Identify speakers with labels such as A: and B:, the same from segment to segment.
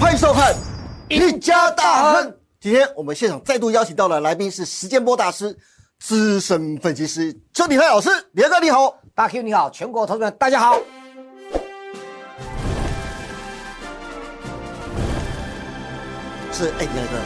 A: 欢迎收看《一家大亨》。今天我们现场再度邀请到了来宾是时间波大师、资深分析师邱鼎泰老师。李大哥你好，
B: 大 Q 你好，全国投资人大家好。
A: 是哎，李大哥，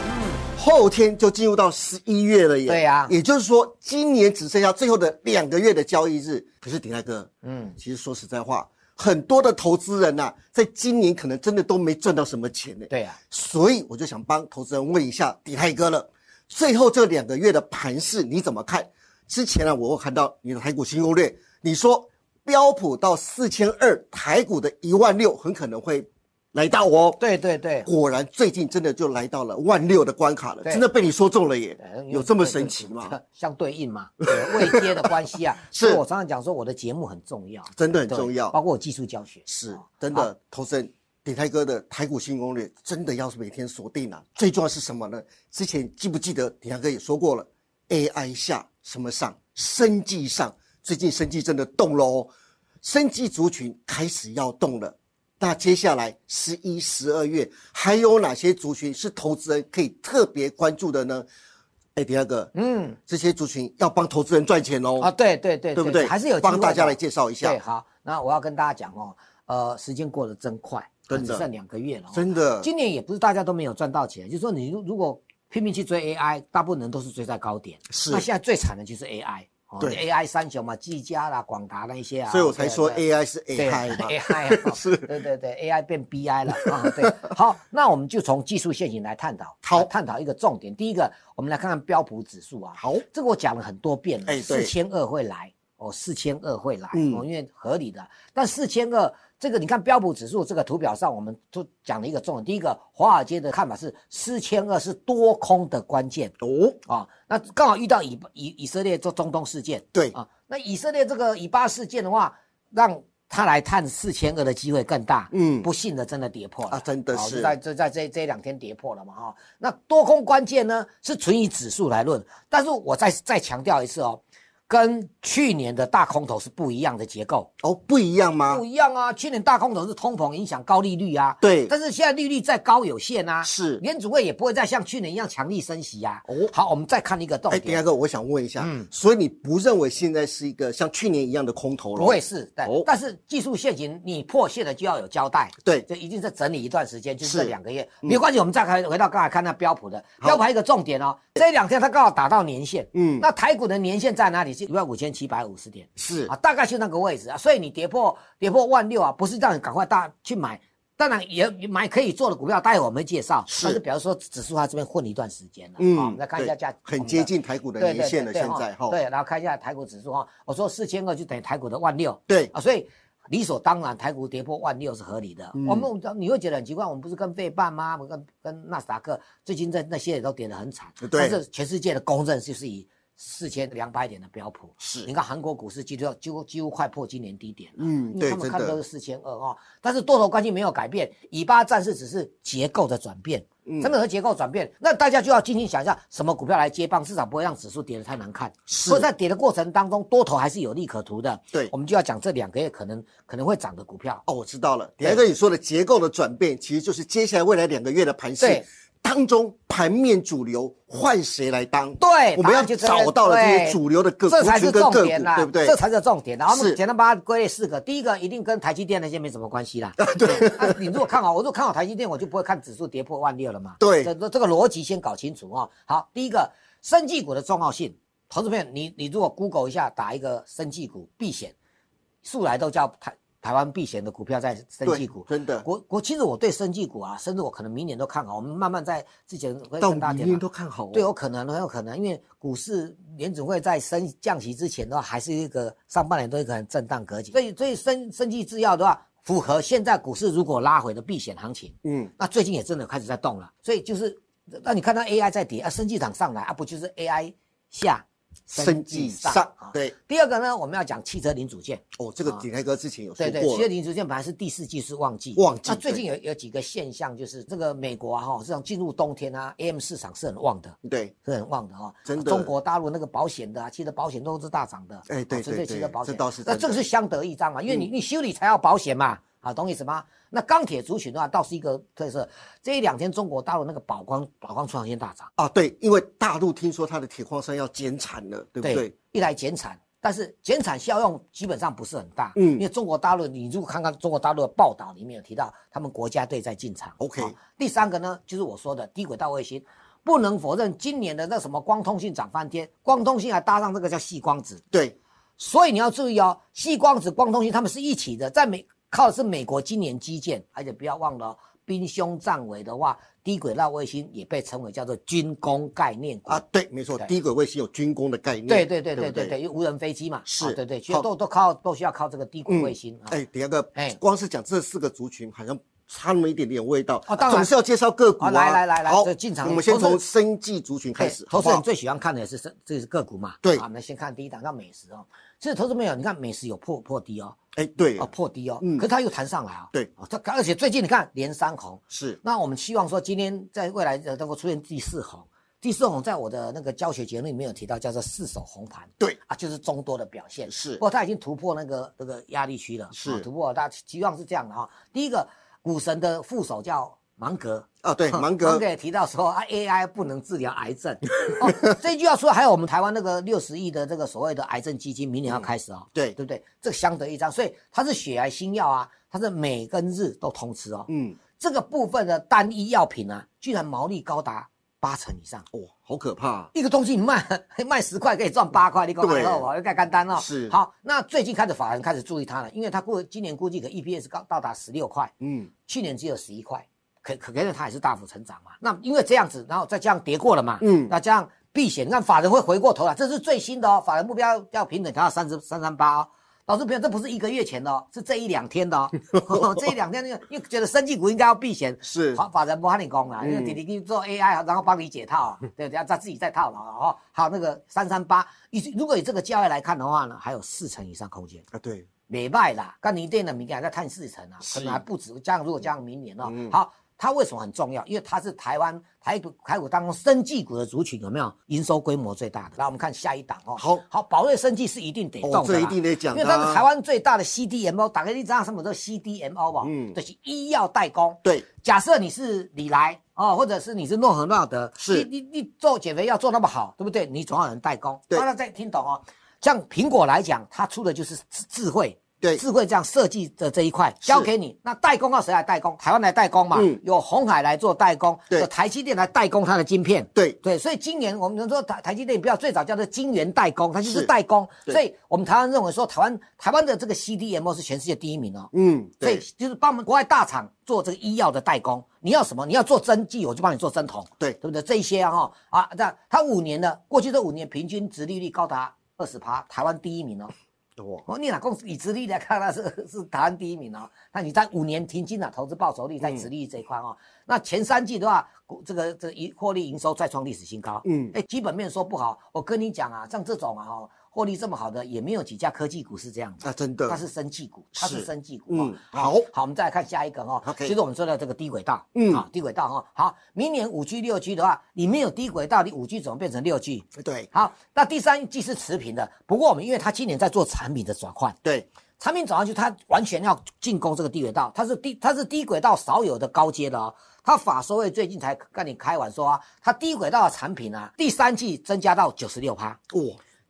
A: 后天就进入到十一月了耶。
B: 对呀
A: 也就是说今年只剩下最后的两个月的交易日。可是鼎泰哥，嗯，其实说实在话，很多的投资人呐、在今年可能真的都没赚到什么钱呢。
B: 对呀、
A: 所以我就想帮投资人问一下底泰哥了，最后这两个月的盘势你怎么看？之前啊呢，我有看到你的台股新攻略，你说标普到四千二，台股的一万六很可能会来到哦。
B: 对对对，
A: 果然最近真的就来到了万六的关卡了，
B: 对
A: 真的被你说中了耶！
B: 呃
A: 有这么神奇吗？？
B: 相对应嘛，对位阶的关系啊。
A: 是
B: 所以我常常讲说，我的节目很重要，
A: 真的很
B: 对
A: 重要
B: 包括我技术教学。
A: 是
B: 哦
A: 真的，投资人底泰哥的台股新攻略真的要是每天锁定啊。最重要是什么呢？之前记不记得底泰哥也说过了，AI 下什么上，生技上，最近生技真的动了哦，生技族群开始要动了。那接下来十一、十二月还有哪些族群是投资人可以特别关注的呢？哎，第二个，
B: 嗯，
A: 这些族群要帮投资人赚钱哦，
B: 啊，对对对，
A: 对不对？
B: 还是有机会
A: 帮大家
B: 的
A: 来介绍一下
B: 对，，好，那我要跟大家讲哦，呃，时间过得真快，
A: 真的
B: 只剩两个月了、哦。
A: 真的
B: 今年也不是大家都没有赚到钱，就是说你如如果拼命去追 AI，大部分人都是追在高点。
A: 是
B: 那现在最惨的就是 AI，哦
A: 对
B: ，AI 三雄嘛，技嘉啦、广达那一些啊，
A: 所以我才说
B: 对对
A: AI 是
B: 对
A: AI 嘛。
B: AI 啊
A: 是
B: 对对对，AI 变 BI 了啊，对，好，那我们就从技术现行来探讨，
A: 好
B: 来探讨一个重点。第一个，我们来看看标普指数啊，
A: 好，
B: 这个我讲了很多遍
A: 哎对
B: 了，四千二会来哦，四千二会来、
A: 嗯
B: 哦，因为合理的。但四千二这个，你看标普指数这个图表上，我们都讲了一个重点。第一个，华尔街的看法是四千二是多空的关键
A: 哦，
B: 啊、那刚好遇到以以以色列做中东事件
A: 对，
B: 啊，那以色列这个以巴事件的话，让他来探四千二的机会更大。
A: 嗯
B: 不幸的真的跌破了
A: 啊真的
B: 哦
A: 是
B: 就在就在这这两天跌破了嘛哈、哦。那多空关键呢是纯以指数来论，但是我再再强调一次哦，跟去年的大空头是不一样的结构，
A: 哦，不一样吗
B: 不？一样啊。去年大空头是通膨影响高利率啊，
A: 对
B: 但是现在利率再高有限啊，
A: 是
B: 联储会也不会再像去年一样强力升息啊。
A: 哦
B: 好，我们再看一个重
A: 哎，
B: 点。
A: 丁大哥，我想问一下，
B: 嗯
A: 所以你不认为现在是一个像去年一样的空头了？
B: 不会，是，对。
A: 哦
B: 但是技术陷阱你破线了就要有交代，
A: 对，
B: 就一定是整理一段时间，就是
A: 是嗯
B: 这两个月。没关系，我们再回回到刚才看那标普的
A: 好
B: 标普还有一个重点哦，这两天它刚好打到年线，
A: 嗯
B: 那台股的年线在哪里？是一万五千七百五十点
A: 是
B: 啊，大概就那个位置啊。所以你跌破跌破万六啊，不是让你赶快大去买。当然也也买可以做的股票，待会我们会介绍。
A: 是
B: 但是比方说指数它这边混了一段时间了，啊
A: 嗯
B: 好我们再看一下
A: 对
B: 价，
A: 很接近台股的
B: 对
A: 年
B: 对
A: 限
B: 对
A: 了
B: 对
A: 现在哈
B: 对，然后看一下台股指数哈，我说四千二就等于台股的万六，
A: 对，
B: 啊，所以理所当然，台股跌破万六是合理的。我们
A: 嗯
B: 你会觉得很奇怪，我们不是跟费半吗？我们跟跟纳斯达克最近在那些也都跌得很惨，
A: 呃对
B: 但是全世界的公认就是以四千两百点的标普，
A: 是
B: 你看韩国股市几乎要几乎几乎快破今年低点了。
A: 嗯，
B: 因
A: 对
B: 为他，们
A: 真
B: 看都
A: 的，
B: 是四千二哦，但是多头关系没有改变，以巴战事只是结构的转变，
A: 嗯
B: 成本和结构转变，那大家就要进行想一下什么股票来接棒，至少不会让指数跌得太难看。
A: 是
B: 所以在跌的过程当中，多头还是有利可图的。
A: 对
B: 我们就要讲这两个月可能可能会涨的股票。
A: 哦，我知道了。
B: 对
A: 丁大哥，你说的结构的转变，其实就是接下来未来两个月的盘势
B: 对
A: 当中，盘面主流换谁来当？
B: 对，
A: 我们
B: 答
A: 要
B: 哎案就这
A: 找
B: 个
A: 到了这些
B: 对
A: 主流的个股
B: 这才
A: 群
B: 是
A: 跟
B: 重
A: 个
B: 点
A: 股
B: 啦，
A: 对不对
B: 这才是重点。然后我
A: 是
B: 们简单把它归类四个，第一个一定跟台积电那些没什么关系 啦。对，啊你如果看好，我如果看好台积电，我就不会看指数跌破万六了嘛。
A: 对
B: 这这个逻辑先搞清楚哦。好，第一个，生技股的重要性，投资朋友，你你如果 Google 一下，打一个生技股避险，素来都叫台台湾避险的股票在生技
A: 对
B: 股，。
A: 真的，
B: 我我其实我对生技股啊，甚至我可能明年都看好，我们慢慢在之前会
A: 到
B: 跟大家
A: 明
B: 讲
A: 年。都看好哦。
B: 对，有可能，很有可能，因为股市联准会在升降息之前的话，还是一个上半年都有一个很震荡格局，所以所以生生技制药的话，符合现在股市如果拉回的避险行情，
A: 嗯，
B: 那最近也真的开始在动了，所以就是那你看到 AI 在跌啊，生技涨上来啊，不就是 AI 下
A: 生计上
B: 啊？
A: 对，
B: 第二个呢，我们要讲汽车零组件，
A: 哦，这个
B: 啊
A: 鼎泰哥之前有说
B: 对对，
A: 过
B: 七月
A: 了，
B: 零之前本来是第四季是旺季，
A: 旺季
B: 那最
A: 对
B: 近有有几个现象，就是这个美国啊哈，这种进入冬天啊，AM 市场是很旺的，
A: 对，
B: 是很旺的哈、哦。
A: 真的
B: 中国大陆那个保险的啊，汽车保险都是大涨的。
A: 哎对
B: 哦纯粹
A: 对对
B: 汽车保
A: 这
B: 险
A: 倒是真的嗯
B: 啊那这个是相得益彰嘛，因为你你修理才要保险嘛。啊，懂意思吗？那钢铁族群的话，倒是一个特色。这一两天中国大陆那个宝钢宝钢出厂线大涨，
A: 啊，对，因为大陆听说它的铁矿山要减产了，对不对？
B: 一来减产，但是减产效用基本上不是很大，
A: 嗯
B: 因为中国大陆，你如果看看中国大陆的报道里面有提到，他们国家队在进场。
A: OK
B: 第三个呢，就是我说的低轨道卫星，不能否认今年的那什么光通信涨翻天，光通信还搭上这个叫细光子，
A: 对，
B: 所以你要注意哦，细光子、光通信它们是一起的，在美靠的是美国今年基建，而且不要忘了哦、兵凶战危的话，低轨道卫星也被称为叫做军工概念股
A: 啊，对，没错，
B: 对
A: 低轨卫星有军工的概念，
B: 对对对
A: 对
B: 对
A: 不
B: 对对，因为无人飞机嘛，
A: 是
B: 啊对对，其
A: 好
B: 实都都靠都需要靠这个低轨
A: 嗯
B: 卫星啊。
A: 哎，等一下哥，
B: 哎
A: 光是讲这四个族群好像差那么一点点味道，
B: 哦当然
A: 总是要介绍个股啊。
B: 啊来来来来
A: 好
B: 这进，场
A: 我们先
B: 投资哎
A: 从生技族群开始，
B: 投资
A: 好
B: 人
A: 不好
B: 最喜欢看的也是这这是个股嘛。
A: 对
B: 啊，我们先看第一档，看美食哦。其实投资朋友，你看美食有破破低哦，
A: 哎，对
B: 啊，破低哦，
A: 嗯
B: 可是它又弹上来啊。
A: 对
B: 哦，它而且最近你看连三红，
A: 是，
B: 那我们希望说今天在未来呃能够出现第四红。第四红在我的那个教学节目里面有提到，叫做四手红盘。
A: 对
B: 啊，就是中多的表现。
A: 是
B: 不过它已经突破那个那个压力区了，
A: 是
B: 啊突破了。大家希望是这样的哈、第一个，股神的副手叫芒格。
A: 啊，对，
B: 哼
A: 芒格
B: 芒格也提到说啊，AI 不能治疗癌 症。哦，这句话说，还有我们台湾那个六十亿的这个所谓的癌症基金，明年要
A: 嗯
B: 开始哦，
A: 对
B: 对不对？这个相得益彰，所以它是血癌新药啊，它是每跟日都通吃哦。
A: 嗯，
B: 这个部分的单一药品啊，居然毛利高达八成以上。
A: 哇，好可怕啊，
B: 一个东西你卖 卖十块可以赚八块，你搞
A: 对
B: 买后我该干单哦。
A: 是
B: 好，那最近开始法人开始注意它了，因为它估今年估计可 EPS 高到达十六块，
A: 嗯，
B: 去年只有十一块，可可可见它也是大幅成长嘛。那因为这样子，然后再这样跌过了嘛，
A: 嗯
B: 那这样避险，那法人会回过头来，这是最新的哦，法人目标要平等调到三十三三八哦。老师朋友，这不是一个月前的哦，是这一两天的 哦， 这一两天那个，因为觉得生技股应该要避险，
A: 是
B: 法法人不和你讲啦，
A: 嗯
B: 因为弟弟给你做 AI，然后帮你解套啊，对，等下他自己再套牢了哦。好，那个三三八，以如果以这个价位来看的话呢，还有四成以上空间。
A: 啊，对，
B: 美卖啦，干你店的明天还在探四成啊，
A: 是
B: 可能还不止。这样如果加上明年哦，
A: 嗯
B: 好，它为什么很重要？因为它是台湾台股台股当中生技股的族群有没有营收规模最大的？来，我们看下一档哦。
A: 好
B: 好，宝瑞生技是一定得动的啦、
A: 哦，这一定得讲
B: 因为
A: 的啊，
B: 它是台湾最大的 CDMO，打开一张什么叫 CDMO 吧，
A: 嗯
B: 就是医药代工。
A: 对，
B: 假设你是李来哦，或者是你是诺和诺德，
A: 是
B: 你你你做减肥药做那么好，对不对？你总要有人代工。
A: 对
B: 大家再听懂哦。像苹果来讲，它出的就是智智慧，
A: 对
B: 智慧这样设计的这一块
A: 是
B: 交给你。那代工要谁来代工？台湾来代工嘛，
A: 嗯
B: 有红海来做代工，
A: 对
B: 有台积电来代工它的晶片。
A: 对，
B: 对，所以今年我们能说台台积电不要最早叫做晶圆代工，它就是是代工。
A: 对
B: 所以我们台湾认为说，台湾台湾的这个 CDMO 是全世界第一名哦。
A: 嗯，
B: 所以
A: 对，
B: 就是帮我们国外大厂做这个医药的代工，你要什么？你要做针剂，我就帮你做针筒，
A: 对
B: 对不对？这一些哈啊，啊这样它五年的过去这五年平均值利率高达二十趴，台湾第一名哦。
A: 哇，
B: 哦，你哪公司以殖利率来看，它是是台湾第一名哦。那你在五年平均的投资报酬率在殖利率这一块哦，
A: 嗯
B: 那前三季的话，股这个这一获利营收再创历史新高。
A: 嗯
B: 哎，基本面说不好，我跟你讲啊，像这种啊，哦，获利这么好的，也没有几家科技股是这样子。
A: 那啊真的
B: 它，是生技股，它
A: 是
B: 是生技股、哦。
A: 嗯好
B: 好，好，我们再来看下一个哈、哦。
A: OK
B: 就是我们说的这个低轨道，
A: 嗯
B: 啊，低轨道哈、哦。好，明年五 G、六 G 的话，你没有低轨道，你五 G 怎么变成六 G？
A: 对，
B: 好，那第三季是持平的，不过我们因为它今年在做产品的转换，
A: 对，
B: 产品转换就它完全要进攻这个低轨道，它是低它是低轨道少有的高阶的哦。它法说会最近才跟你开玩说啊，它低轨道的产品啊，第三季增加到九十六趴，
A: 哇，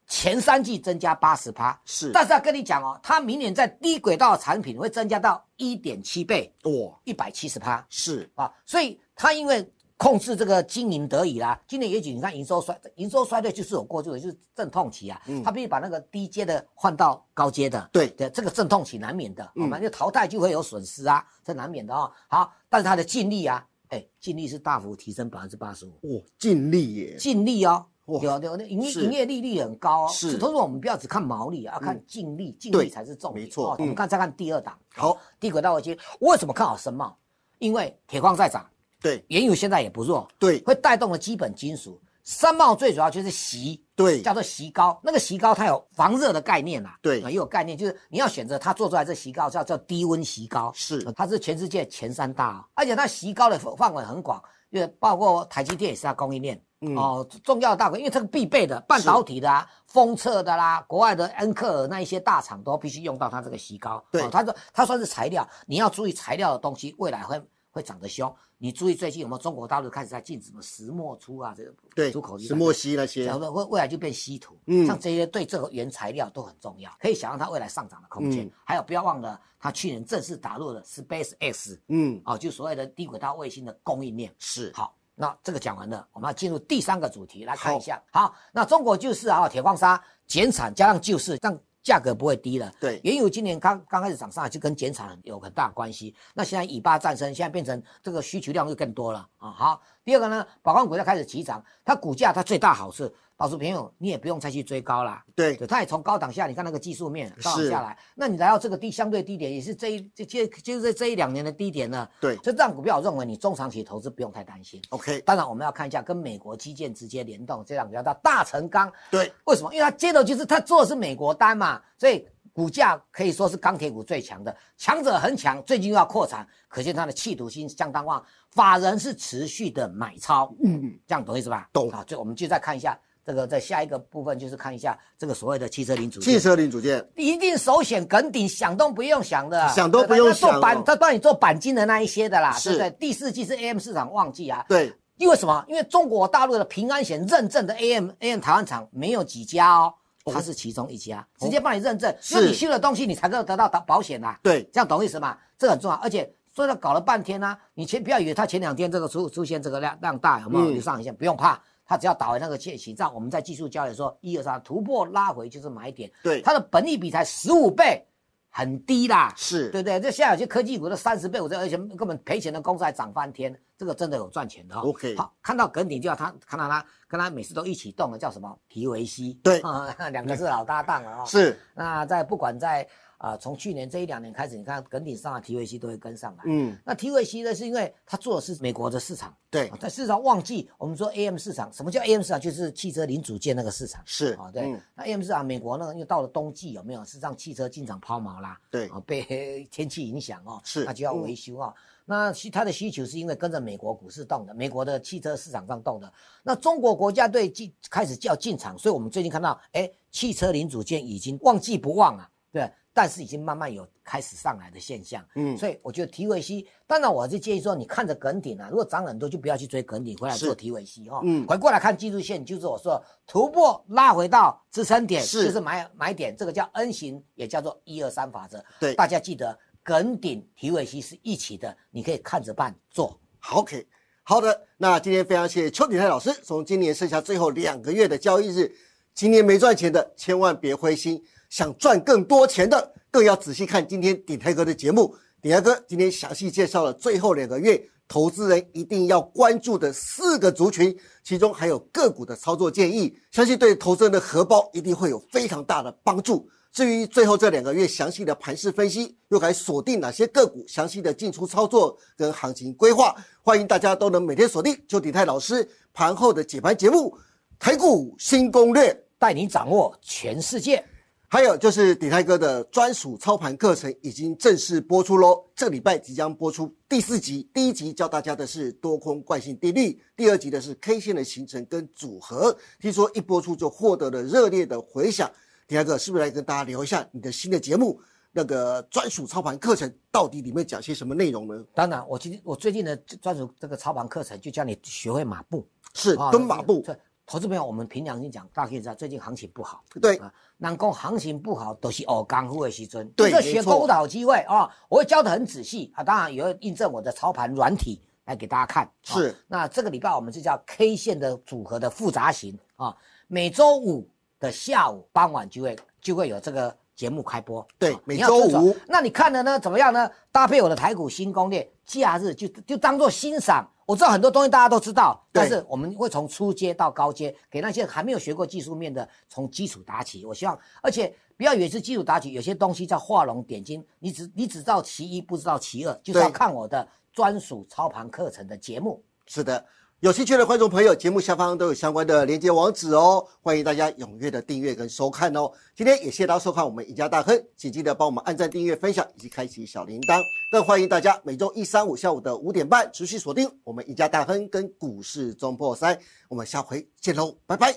B: 前三季增加八十趴，
A: 哦是，
B: 但是要跟你讲哦，它明年在低轨道的产品会增加到一点七倍，
A: 哇，
B: 一百七十趴
A: 哦是，
B: 啊，所以它因为控制这个经营得以啦，今年也许你看营收衰营收衰退就是有过去的就是阵痛期啊，它必须把那个低阶的换到高阶的，
A: 对
B: 对，这个阵痛期难免的，
A: 嗯
B: 我们就淘汰就会有损失啊，这难免的哦。好，但是它的净利啊，哎，净利是大幅提升百分之八十五，
A: 哇，哦尽力耶，
B: 净利哦，
A: 哇
B: 有有那营业
A: 是
B: 营业利率很高哦。
A: 是嗯
B: 所以投资者我们不要只看毛利啊，要看净利，净
A: 对
B: 利才是重点。
A: 没错
B: 哦我
A: 嗯
B: 们看再看第二档，
A: 好，
B: 低轨道卫星，为什么看好深茂？因为铁矿在涨，
A: 对，
B: 原油现在也不弱，
A: 对，
B: 会带动了基本金属。深茂最主要就是锡，
A: 对，
B: 叫做锡膏，那个锡膏它有防热的概念啦、啊，
A: 对
B: 也有概念，就是你要选择它做出来这锡膏叫叫低温锡膏，
A: 是
B: 它是全世界前三大、哦，而且它锡膏的范围很广，因为包括台积电也是它供应链，
A: 嗯
B: 哦，重要的大国，因为这个必备的，半导体的啊，封测的啦、国外的恩克尔那一些大厂都必须用到它这个席膏。
A: 对
B: 哦它这它算是材料，你要注意材料的东西，未来会会涨得凶。你注意最近有没有中国大陆开始在禁止什么石墨出啊，这个
A: 对，
B: 出口
A: 石墨烯那些
B: 然，后未未来就变稀土，
A: 嗯
B: 像这些对这个原材料都很重要，可以想象它未来上涨的空间。
A: 嗯
B: 还有不要忘了，它去年正式打入了 Space X，
A: 嗯，
B: 哦，就所谓的低轨道卫星的供应链。
A: 是，
B: 好，那这个讲完了，我们要进入第三个主题来看一下。好，那中国就是啊，铁矿砂减产加上救市，让价格不会低了。
A: 对
B: 原油今年刚刚开始涨上来，就跟减产很有很大关系。那现在以巴战争，现在变成这个需求量又更多了啊。好，第二个呢，宝矿股价开始起涨，它股价它最大好处，老实朋友你也不用再去追高啦。
A: 对，
B: 对，它也从高档下，你看那个技术面高档
A: 是
B: 下来，那你来到这个低相对低点，也是这一这这就是这一两年的低点了。
A: 对
B: 所以这档股票，我认为你中长期投资不用太担心。
A: ，OK，
B: 当然，我们要看一下跟美国基建直接联动这档股票叫大成钢，
A: 对，
B: 为什么？因为它接的就是它做的是美国单嘛，所以股价可以说是钢铁股最强的，强者恒强。最近又要扩产，可见它的企图心相当旺，法人是持续的买超，
A: 嗯，
B: 这样懂意思吧？
A: 懂
B: 啊，就我们就再看一下这个，在下一个部分就是看一下这个所谓的汽车零组件
A: 汽车零组件，
B: 一定首选梗顶，想都不用想的，
A: 想都不用想
B: 他做板
A: 哦
B: 他帮你做钣金的那一些的啦，
A: 是
B: 对不对？第四季是 AM 市场旺季啊，
A: 对，
B: 因为什么？因为中国大陆的平安险认证的 AM AM 台湾厂没有几家哦，它是其中一家，直接帮你认证，
A: 哦是
B: 因为你修了东西，你才能够得到保保险啦。
A: 对，
B: 这样懂意思吗？这很重要，而且说了搞了半天呢、啊你前不要以为它前两天这个出出现这个量量大有没有
A: 嗯
B: 有上影线，不用怕，它只要打回那个线形状，我们在技术交易说一二三突破拉回就是买点，
A: 对
B: 它的本益比才十五倍，很低啦。
A: 是，
B: 对不对？这现在有些科技股都三十倍，我这而且根本赔钱的公司还涨翻天，这个真的有赚钱的、哦。
A: OK
B: 好，看到耿鼎就要他看到他跟他每次都一起动的叫什么？皮维西。
A: 对
B: 啊、两个是老搭档了哦。
A: 是，
B: 那在不管在啊、呃从去年这一两年开始，你看耿鼎上来，提维西都会跟上来。
A: 嗯，
B: 那提维西呢，是因为它做的是美国的市场，
A: 对
B: 啊，在市场旺季，我们说 AM 市场，什么叫 AM 市场？就是汽车零组件那个市场。
A: 是
B: 啊，对
A: 嗯，
B: 那 AM 市场美国那个，因为到了冬季有没有是让汽车进场抛锚啦？
A: 对
B: 啊，被天气影响哦，
A: 是
B: 那就要
A: 嗯
B: 维修啊。那需它的需求是因为跟着美国股市动的，美国的汽车市场上动的。那中国国家队进开始要进场，所以我们最近看到，哎，汽车零组件已经旺季不旺啊，对，但是已经慢慢有开始上来的现象。
A: 嗯，
B: 所以我觉得提维西，当然我还是建议说，你看着梗顶啊，如果涨很多就不要去追梗顶，回来
A: 是
B: 做提维西哈。
A: 嗯
B: 回过来看技术线，就是我说突破拉回到支撑点，
A: 是
B: 就是买买点，这个叫 N 型，也叫做一二三法则。
A: 对
B: 大家记得梗顶提维西是一起的，你可以看着办做。
A: 好 OK，好的，那今天非常谢谢邱鼎泰老师，从今年剩下最后两个月的交易日，今年没赚钱的千万别灰心，想赚更多钱的更要仔细看今天鼎泰哥的节目。鼎泰哥今天详细介绍了最后两个月投资人一定要关注的四个族群，其中还有个股的操作建议，相信对投资人的荷包一定会有非常大的帮助。至于最后这两个月详细的盘势分析，又该锁定哪些个股，详细的进出操作跟行情规划，欢迎大家都能每天锁定邱鼎泰老师盘后的解盘节目《台股新攻略》，
B: 带你掌握全世界。
A: 还有就是鼎泰哥的专属操盘课程已经正式播出喽，这礼拜即将播出第四集。第一集教大家的是多空惯性定律，第二集的是 K 线的形成跟组合。听说一播出就获得了热烈的回响。鼎泰哥是不是来跟大家聊一下你的新的节目那个专属操盘课程到底里面讲些什么内容呢？
B: 当然，我今天我最近的专属这个操盘课程就教你学会马步，
A: 是
B: 啊
A: 蹲马步，
B: 对，投资朋友，我们凭良心讲，大家可以知道最近行情不好。
A: 对，
B: 啊，人讲行情不好都是学功夫的时阵，
A: 对
B: 这
A: 没
B: 学
A: 错
B: 功夫的好机会啊、我会教的很仔细啊，当然也会印证我的操盘软体来给大家看。啊
A: 是
B: 那这个礼拜我们是叫 K 线的组合的复杂型啊，每周五的下午傍晚就会就会有这个节目开播。
A: 对
B: 啊
A: 每
B: 你要
A: 周
B: 遵守
A: 五
B: 那你看了呢？怎么样呢？搭配我的台股新攻略，假日就就当做欣赏。我知道很多东西大家都知道，
A: 对
B: 但是我们会从初阶到高阶，给那些还没有学过技术面的，从基础打起。我希望，而且不要以为是基础打起，有些东西叫画龙点睛，你只你只知道其一，不知道其二，就是要
A: 对
B: 看我的专属操盘课程的节目。
A: 是的。有兴趣的观众朋友，节目下方都有相关的连接网址哦，欢迎大家踊跃的订阅跟收看哦。今天也谢谢大家收看我们赢家大亨，请记得帮我们按赞、订阅、分享以及开启小铃铛。更欢迎大家每周一、三、五下午的五点半持续锁定我们赢家大亨跟股市中破三，我们下回见喽，拜拜。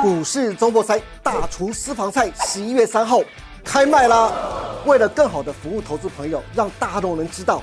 A: 股市中破三大厨私房菜十一月三号开卖啦！为了更好的服务投资朋友，让大众能知道